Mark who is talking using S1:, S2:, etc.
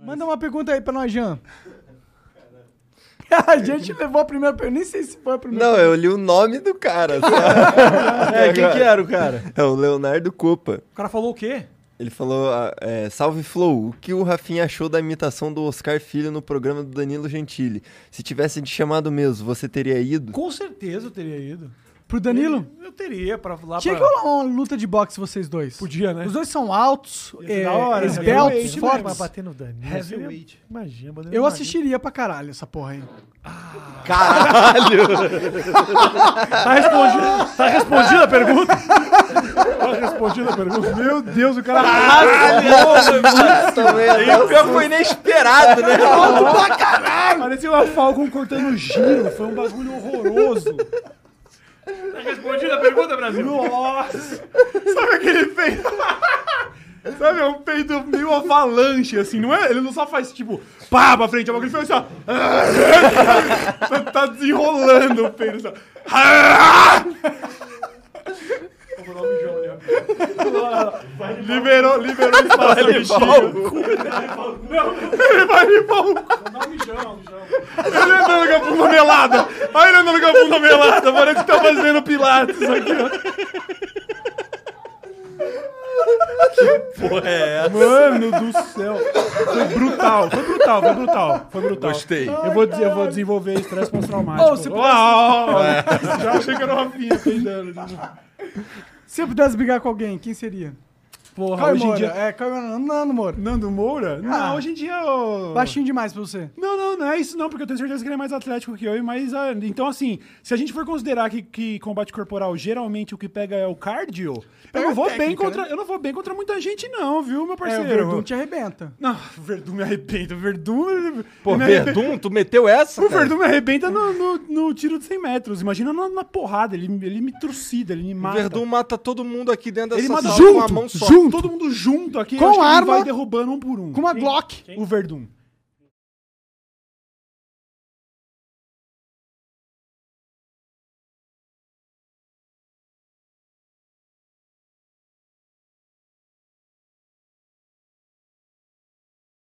S1: É
S2: Manda uma pergunta aí pra nós, Jean. A gente levou a primeira pergunta. Nem sei se foi a primeira.
S3: Não, eu li o nome do cara. sabe?
S1: É, quem que era o cara?
S3: é o Leonardo Copa.
S4: O cara falou o quê?
S3: Ele falou, ah, é, salve Flow, o que o Rafinha achou da imitação do Oscar Filho no programa do Danilo Gentili? Se tivesse te chamado mesmo, você teria ido?
S4: Com certeza eu teria ido.
S2: Pro Danilo?
S4: Eu teria pra
S1: tá
S4: lá
S2: Tinha que
S4: pra...
S2: rolar uma luta de boxe vocês dois.
S4: Podia, né?
S2: Os dois são altos,
S1: Ia ser
S2: é,
S1: da hora, né?
S2: esbeltos,
S1: Heavyweight, né?
S4: Pra
S2: fortes.
S4: bater no Danilo.
S1: Heavyweight.
S4: seria- Imagina, bater no
S1: né,
S2: Eu
S4: Danilo.
S2: assistiria pra caralho essa porra aí.
S4: Tá respondido, tá respondida a pergunta? Tá respondida a pergunta? Meu Deus, o cara...
S1: Então,
S3: Então,
S1: é,
S3: Aí o pior foi inesperado, né?
S1: Parecia uma Falcon cortando giro. Foi um bagulho horroroso.
S4: Tá respondida a pergunta, Brasil?
S1: Sabe aquele peito? Sabe, é um peito meio avalanche, assim, não é? Ele não só faz, tipo, pá pra frente, é uma ele faz assim, ó. tá desenrolando o peito, assim, só. liberou, liberou espaço do bichinho. Ele vai limpar o cu. Ele andando com a bunda melada. Aí ele andando com a bunda melada. Parece que tá fazendo pilates aqui, ó. é Mano do céu. Foi brutal, foi brutal, foi brutal. Foi brutal.
S3: Gostei.
S1: Eu vou, eu vou desenvolver estresse pós-traumático.
S2: Ô, tá- se pudesse-
S1: Uau! Já achei que era uma finha peidando.
S2: Se eu pudesse brigar com alguém, quem seria?
S1: Porra,
S2: Caio
S1: Ah, hoje
S2: Moura.
S1: em dia...
S2: É, Caio Moura. não, Nando Moura.
S1: Nando Moura? Não,
S2: Ah.
S1: hoje em dia... ô-
S2: Baixinho demais pra você.
S1: Não, não, não é isso não, porque eu tenho certeza que ele é mais atlético que eu. e mais ah, então, assim, se a gente for considerar que, que combate corporal geralmente o que pega é o cardio, eu
S2: Pega
S1: não, vou
S2: a técnica,
S1: bem contra,
S2: né?
S1: eu não vou bem contra muita gente não, viu, meu
S2: É, o
S1: parceiro?
S2: Verdun te arrebenta.
S1: Não, o Verdun me arrebenta. O Verdun... ele-
S5: Pô,
S1: ele me arrebenta.
S5: Verdun, tu meteu essa?
S1: O
S5: cara?
S1: Verdun me arrebenta no, no- no tiro de 100 metros. Imagina na, na porrada. Ele, ele me trucida, ele me
S5: O
S1: mata.
S5: Verdun mata todo mundo aqui dentro
S1: ele
S5: dessa
S1: mata
S5: sala
S1: junto,
S5: com a mão só.
S1: junto. Todo mundo junto aqui.
S2: Com
S1: eu acho que ele
S2: arma,
S1: vai derrubando um por um.
S2: Com uma
S1: Quem?
S2: Glock.
S1: O Verdun.